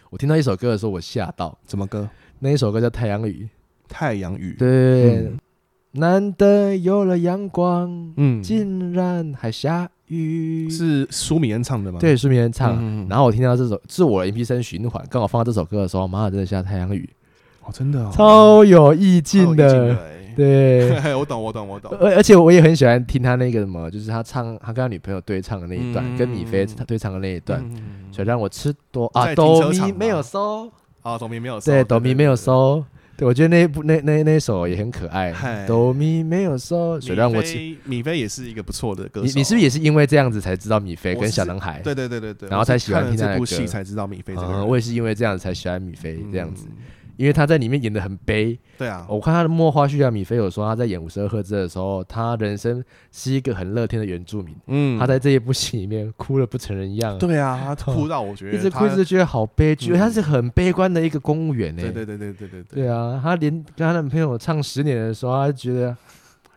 我听到一首歌的时候，我吓到，怎么歌？那一首歌叫《太阳雨》。太阳雨。对，嗯难得有了阳光，嗯竟然还下雨。是苏米恩唱的吗？对，苏明恩唱。嗯，嗯嗯然后我听到这首是我的 MP 三循环，刚好放到这首歌的时候，妈的真的下太阳雨，哦，真的哦，超有意超有境意的。欸。对， 我懂，我懂，我懂。而而且我也很喜欢听他那个什么，就是他唱他跟他女朋友对唱的那一段，嗯跟米菲他对唱的那一段，嗯所以让我吃多啊，在停车哆场咪吗没有收，啊，董明没有收，对，哆咪没有对。收。对，我觉得那一部那那那首也很可爱嗨，哆咪没有收，对水对让我米吃菲米菲也是一个不错的歌手。啊你你是不是也是因为这样子才知道米菲我跟是小男孩？对对对对对，然后才喜欢我是听他看的了这部歌戏才知道米菲这个嗯，人。我也是因为这样才喜欢米菲这样子，哦嗯，因为他在里面演的很悲。对啊，我看他的幕后花絮啊，米菲有说他在演《五十二赫兹》的时候，他人生是一个很乐天的原住民。嗯他在这一部戏里面哭了不成人样，对啊，他哭到我觉一得直哭他一直觉得好悲剧，嗯他是很悲观的一个公务员呢、对对对对对对对，对啊，他连跟他男朋友唱《十年》的时候，他就觉得。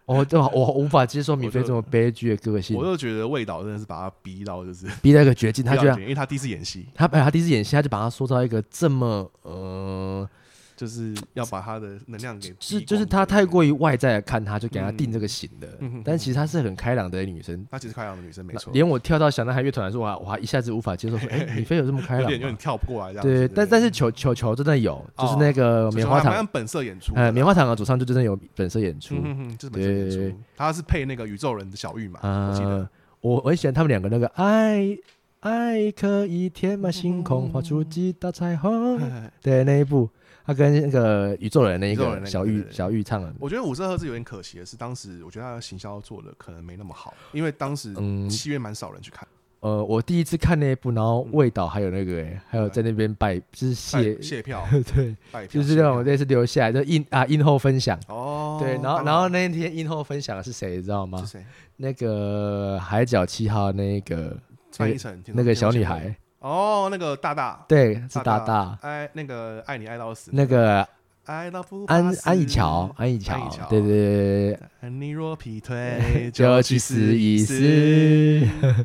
哦，对，我无法接受米菲这么悲剧的个性我，就觉得味道真的是把他逼到就是逼到一个绝境。他逼到居然绝因为他第一次演戏，他哎，他第一次演戏，他就把他说到一个这么呃，就是要把他的能量给是逼就是光他之类太的，过于外在的看他，就给他嗯定这个型的。嗯哼但其实她是很开朗的女生，她其实开朗的女生没错，连我跳到小男孩乐团的时候，我还我还一下子无法接受， 说：“哎、李飞有这么开有朗点有点吗跳不过来这？”样子。对，但但是是球球球真的有，哦就是那个棉花糖，按本色演出的啦，呃，棉花糖的主唱就真的有本色演出嗯哼哼，就是本色对演出，他是配那个宇宙人的小玉嘛，我记得呃，我我很喜欢他们两个那个爱爱可以天马行嗯空，画出几道彩 虹，对那一部，他跟那个宇宙人那一宇宙人那个个小对玉对对小玉唱的，我觉得五十赫兹有点可惜的是，当时我觉得他的行销做的可能没那么好，因为当时嗯七月蛮少人去看，呃，我第一次看那一部，然后味道还有那个、欸，还有在那边拜，就是谢嗯拜，谢票， 对，拜就票是谢让票我这次留下来，就印啊印后分享，哦，对，然后当然后那天印后分享的是谁，你知道吗是？谁？那个海角七号那个翻译成那个小女孩，哦，那个大大对，是大大大大，爱那个爱你爱到死，那个爱到不怕安死安以乔，，安以安乔以乔，对对对对，你若劈腿 就就去去试试一一试 试。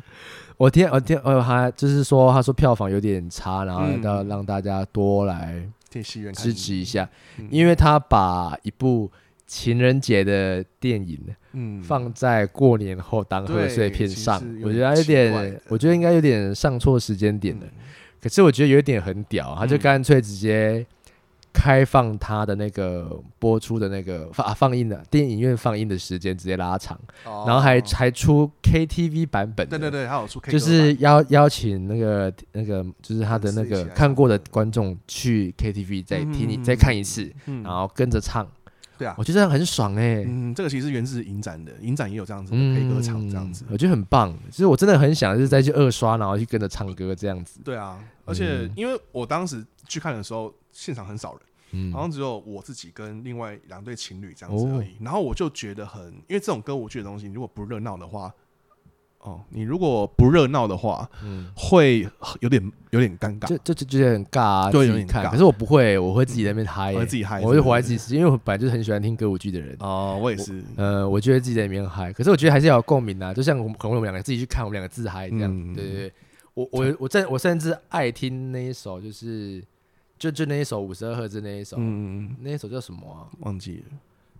我听我听呃，他就是说，他说票房有点差，然后嗯要让大家多来去戏院看支持一下，嗯因为他把一部情人节的电影嗯放在过年后当贺岁片上对其实，有我觉得他有点奇怪的点，我觉得应该有点上错时间点了。可是我觉得有一点很屌，啊他就嗯干脆直接开放他的那个播出的那个放、啊、放映的电影院放映的时间直接拉长，然然后还还出 KTV 版本的，哦对对对，还有出 K 就歌是版邀邀请那个那个就是他的那粉丝一个起来看过的观众去 KTV 再听你、嗯再看一次，嗯然后跟着唱，对啊我，觉得这样很爽哎、嗯，这个其实源自影展的，影展也有这样子的嗯， K 歌场这样子，我觉得很棒。其实我真的很想就是再去二刷，然后去跟着唱歌这样子。对啊，而且嗯因为我当时去看的时候，现场很少人。嗯好像只有我自己跟另外两对情侣这样子哦而已。然后我就觉得很，因为这种歌舞剧的东西，你如果不热闹的话，哦，你如果不热闹的话，嗯，会有点有点尴尬就。就就觉得很尬啊，对自有己点看。尬嗯可是我不会，我会自己在那边嗨我欸，会自己嗨我会是不活在是自己世界，因为我本来就是很喜欢听歌舞剧的人。哦，我也是，呃，我觉得自己在里面嗨，可是我觉得还是要有共鸣啊，就像我们可能我们两个自己去看，我们两个自嗨这样。嗯对对对，我我我甚我甚至爱听那一首，就是就就那一首五十二赫兹那一首，嗯，那一首叫什么啊？忘记了。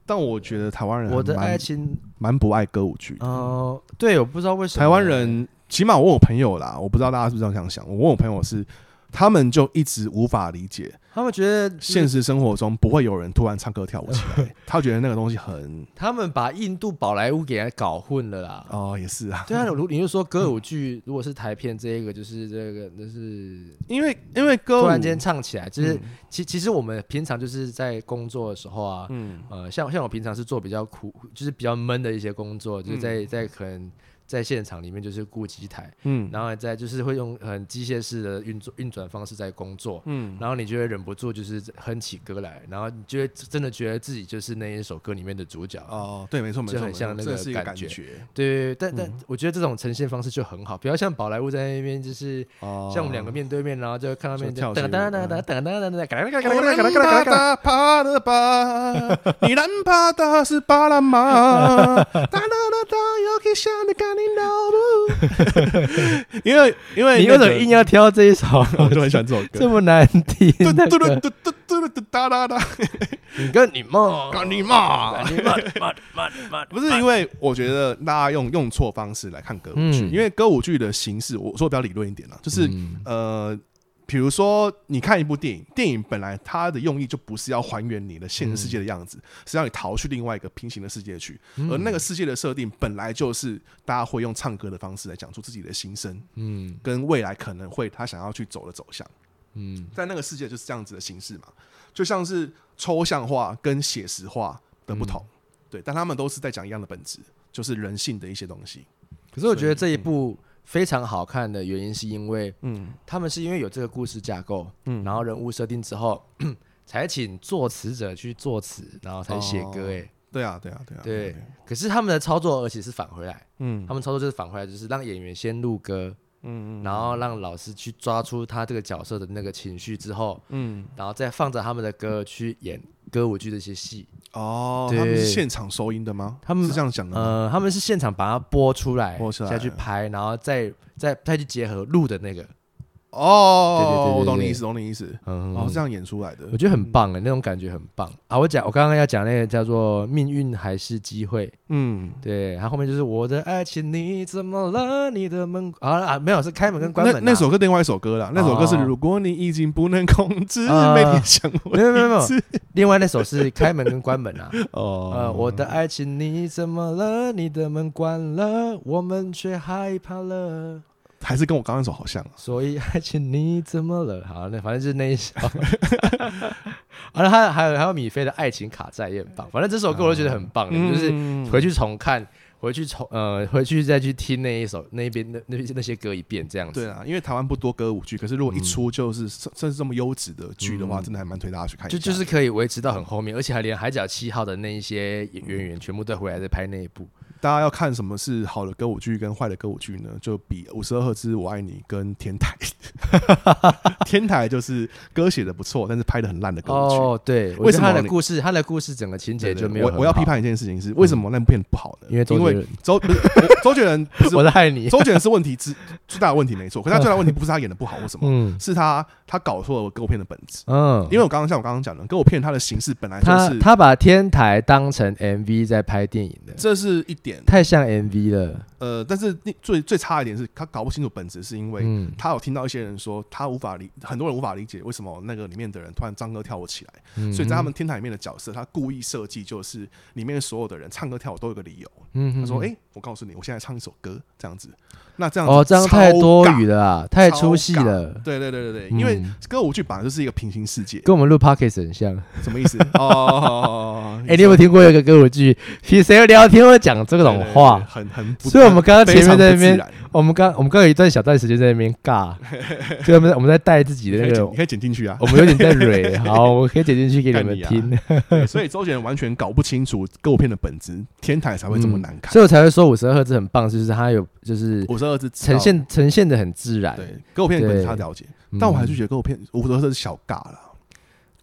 但我觉得台湾人还我的嗯蛮爱情，蛮不爱歌舞剧的。呃，对，我不知道为什么台湾人起码我有朋友啦，我不知道大家是不是这样想想。我问我朋友是，他们就一直无法理解他们觉得就是现实生活中不会有人突然唱歌跳舞起来，他觉得那个东西很他们把印度宝莱坞给他搞混了啦。哦，也是啊，对啊，如你就说歌舞剧，如果是台片，这一个就是这个，就是因为因为歌舞突然间唱起来，就是嗯其其实我们平常就是在工作的时候啊，嗯呃，像像我平常是做比较苦，就是比较闷的一些工作，就是在在可能在现场里面就是顾机台，嗯然后再就是会用很机械式的运作运转方式在工作，嗯然后你就会忍不住就是哼起歌来，然后你就会真的觉得自己就是那一首歌里面的主角。哦，对，没错没就错，很没错像那个这是一个感感觉觉对，但但我觉得这种呈现方式就很好，不要像宝莱坞在那边就是哦像我们两个面对面，然后就看到面就跳起哒舞哒哒哒哒哒哒哒哒帕的巴，你难帕的是巴拉马，哒哒哒哒，又可以想你看你脑部，因为因为你为什么硬要挑这一首？我就很喜欢这首这歌。么难听？嘟那嘟嘟个嘟嘟嘟嘟哒哒哒，你跟你梦，干你妈！你梦，梦梦梦不是因为我觉得大家用用错方式来看歌舞剧，嗯因为歌舞剧的形式，我说比较理论一点啦，就是、嗯呃，比如说你看一部电影，电影本来它的用意就不是要还原你的现实世界的样子，是让你逃去另外一个平行的世界去，而那个世界的设定本来就是大家会用唱歌的方式来讲出自己的心声，嗯跟未来可能会他想要去走的走向。嗯在那个世界就是这样子的形式嘛，就像是抽象化跟写实化的不同，对，但他们都是在讲一样的本质，就是人性的一些东西。可是我觉得这一部非常好看的原因，是因为嗯他们是因为有这个故事架构，嗯然后人物设定之后， 才请作词者去作词，然后才写歌。哎，对啊，对啊，对啊，对，可是他们的操作而且是返回来，嗯他们操作就是返回来，就是让演员先录歌，嗯然后让老师去抓出他这个角色的那个情绪之后，嗯，然后再放着他们的歌去演歌舞剧的一些戏。哦，对他们是现场收音的吗？他们是这样讲的吗？呃，他们是现场把它播出来，播出来再去拍，然后再再再去结合录的那个。哦对对对，对我懂对你意思，懂你意思。嗯，哦，这样演出来的我，觉得很棒哎，那种感觉很棒啊！我讲，我刚刚要讲那个叫做“命运还是机会嗯”，，对，它后面就是我的爱情，你怎么了？你的门啊啊，没有是开门跟关门那啊、那首歌另外一首歌啦，那首歌是哦如果你已经不能控制，啊被你想我没有没有没有一次另外那首是开门跟关门 啊。哦，呃，我的爱情你怎么了？你的门关了，我们却害怕了。还是跟我刚刚那首好像啊。所以 爱情你怎么了？好，那反正就是那一首。 啊，然后还有还有还有米菲的爱情卡债也很棒，反正这首歌我都觉得很棒，你们就是嗯回去重看，回去重呃回去再去听那一首那一边那那那些歌一遍这样子。对啊，因为台湾不多歌舞剧，可是如果一出就是甚甚至这么优质的剧的话，嗯真的还蛮推大家去看一就下就是可以维持到很后面，而且还连《海角七号》的那一些演员员全部都回来在拍那一部。大家要看什么是好的歌舞剧跟坏的歌舞剧呢？就比五十二赫兹我爱你跟天台， 天台就是歌写的不错，但是拍的很烂的歌舞剧。哦，对，我为觉什得么他的你故事，他的故事整个情节对对就没有我很我要好嗯批，判一件事情是，为什么那部片不好呢？因为周因杰为伦，周不是 我周杰伦不是我在害你。 周杰伦是问题之最大的问题没错，可是他最大的问题不是他演的不好或什么， 嗯是他他搞错了歌舞片的本质。嗯，因为我刚刚像我刚刚讲的，歌舞片它的形式本来就他是，他把天台当成 MV 在拍电影的，这是一点。太像 MV 了。呃，但是你最最差一点是他搞不清楚本质，是因为嗯他有听到一些人说他无法理，很多人无法理解为什么那个里面的人突然唱歌跳舞起来，嗯所以在他们天台里面的角色，他故意设计就是里面所有的人唱歌跳舞都有个理由。嗯哼他说：“哼哎、我告诉你，我现在唱一首歌，这样子。那这样子哦，这样太多余了。了啊，太超出戏尬了，对对对对对，因为嗯歌舞剧本来就是一个平行世界，跟我们录 Podcast 很像。什么意思？哦，哎，你有没有听过有一个歌舞剧，比谁聊天会讲这这种 话？很很不，所以我们刚刚非前面常在不那自边，然。我们刚我们刚有一段小段时间在那边尬， 所以我们我们在带自己你的可那以剪个你可以剪进去啊我。们有点在 蕊，好，我可以剪进去给你们看啊听，对所以周杰伦完全搞不清楚歌舞片的本质，天台才会这么难嗯看。所以我才会说五十二赫兹很棒，就是它有就是五十二是知道呈现呈现的很自然。对歌舞片的本质对他了解，嗯但我还是觉得歌舞片五十二是小尬啦。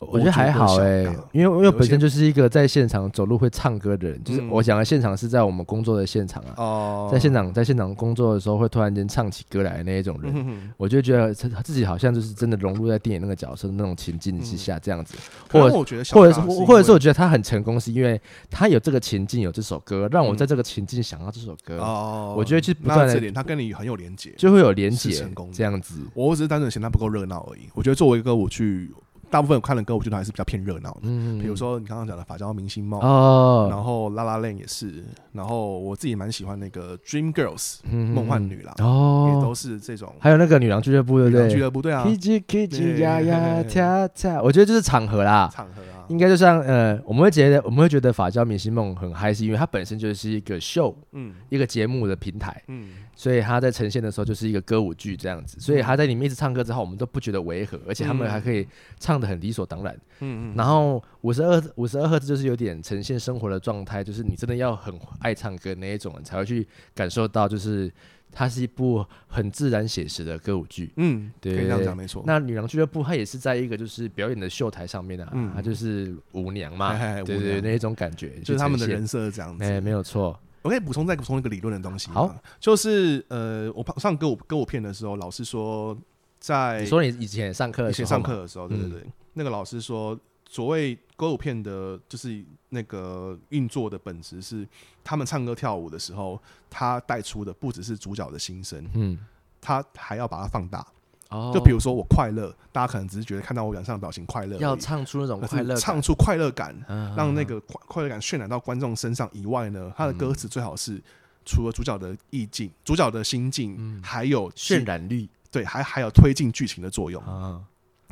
我觉得还好哎、我觉得小尬因为因为有本身些就是一个在现场走路会唱歌的人，就是嗯我讲的现场是在我们工作的现场啊，哦在现场在现场工作的时候会突然间唱起歌来的那一种人，嗯我就觉得自自己好像就是真的融入在电影那个角色的那种情境之下这样子，可或能者我觉嗯得小或者尬是因为或者是我觉得他很成功，是因为他有这个情境有这首歌，让我在这个情境想到这首歌，嗯哦，我觉得就是不断那这的点他跟你很有连结。就会有连是结成功的这样子。我只是单纯嫌它不够热闹而已。我觉得作为一个歌舞剧，大部分我看的歌舞剧都还是比较偏热闹的，嗯，比如说你刚刚讲的《法教明星梦》哦，然后《La La Land》也是，然后我自己蛮喜欢那个《Dream Girls》梦幻女郎，也嗯哦，都是这种还有那个女郎俱乐部，对女不郎俱对乐部对啊， ？Kiji 对 Kiji 呀呀跳跳，我觉得就是场合啦，场合啊，应该就像呃，我们会觉得我们会觉得法教明星梦很嗨，是因为它本身就是一个秀。嗯一个节目的平台，嗯，所以它在呈现的时候就是一个歌舞剧这样子，所以他在里面一直唱歌之后，我们都不觉得违和，而且他们嗯还可以唱的很理所当然。嗯嗯，然后五十二五十二赫兹就是有点呈现生活的状态，就是你真的要很爱唱歌那一种人才会去感受到，就是它是一部很自然写实的歌舞剧。嗯，可对以这样讲没错。那女郎俱乐部它也是在一个就是表演的秀台上面啊，嗯它就是舞娘嘛，哎哎对舞对，娘那一种感觉就是他们的去呈人设是这样现，哎，子。没有错，我可以补充再补充一个理论的东西吗。好就是呃，我上上歌舞歌舞片的时候，老师说在你说你哎以前上课的以时前候上嘛，嗯课的时候，对对对，那个老师说，所谓歌舞片的，就是那个运作的本质是，他们唱歌跳舞的时候，他带出的不只是主角的心声，嗯，他还要把它放大。哦，就比如说我快乐，大家可能只是觉得看到我脸上的表情快乐而已，要唱出那种可是快乐感，唱出快乐感，嗯让那嗯个快快乐感渲染到观众身上以外呢，他的歌词最好是。除了主角的意境、主角的心境，还有嗯渲染力对，还还有推进剧情的作用，啊，嗯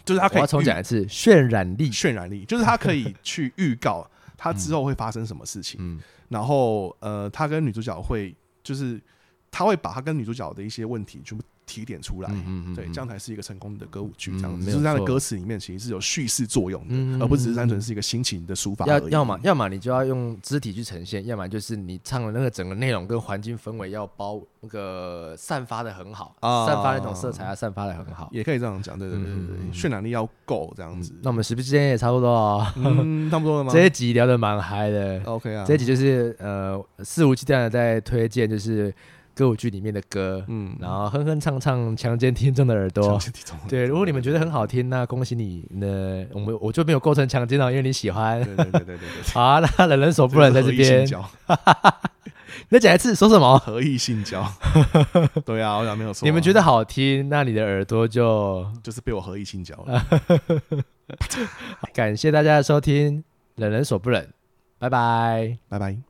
就是他我可以要重预讲一次，渲染力，渲染力，就是他可以去预告他之后会发生什么事情，嗯然后呃，他跟女主角会就是他会把他跟女主角的一些问题全部提点出来，嗯对，这样才是一个成功的歌舞剧，这样嗯子、没有就是他的错歌词里面其实是有叙事作用的，嗯而不只是单纯是一个心情的抒发要而已要么要么你就要用肢体去呈现，要么就是你唱的那个整个内容跟环境氛围要包那个散发的很好，啊散发那种色彩要散发的很好。也可以这样讲，对对对对对，嗯嗯嗯嗯渲染力要够这样子，那我们时间也差不多了、哦，嗯， 差不多了吗？这一集聊得蛮嗨的。 OK 啊，这一集就是呃肆无忌惮的在推荐，就是歌舞剧里面的歌，嗯，然后哼哼唱唱，强奸听众的耳朵强。健体重，对，如果你们觉得很好听，那恭喜你，那我们我就没有构成强奸了，因为你喜欢。对对对对对对，好啊，那人人手 不能在这合意性边。交，再讲一次，说什么？合意 性交，对啊，我想没有错啊，你们觉得好听，那你的耳朵就就是被我合意性交啊了，感谢大家的收听，忍人所不忍，拜拜。拜拜。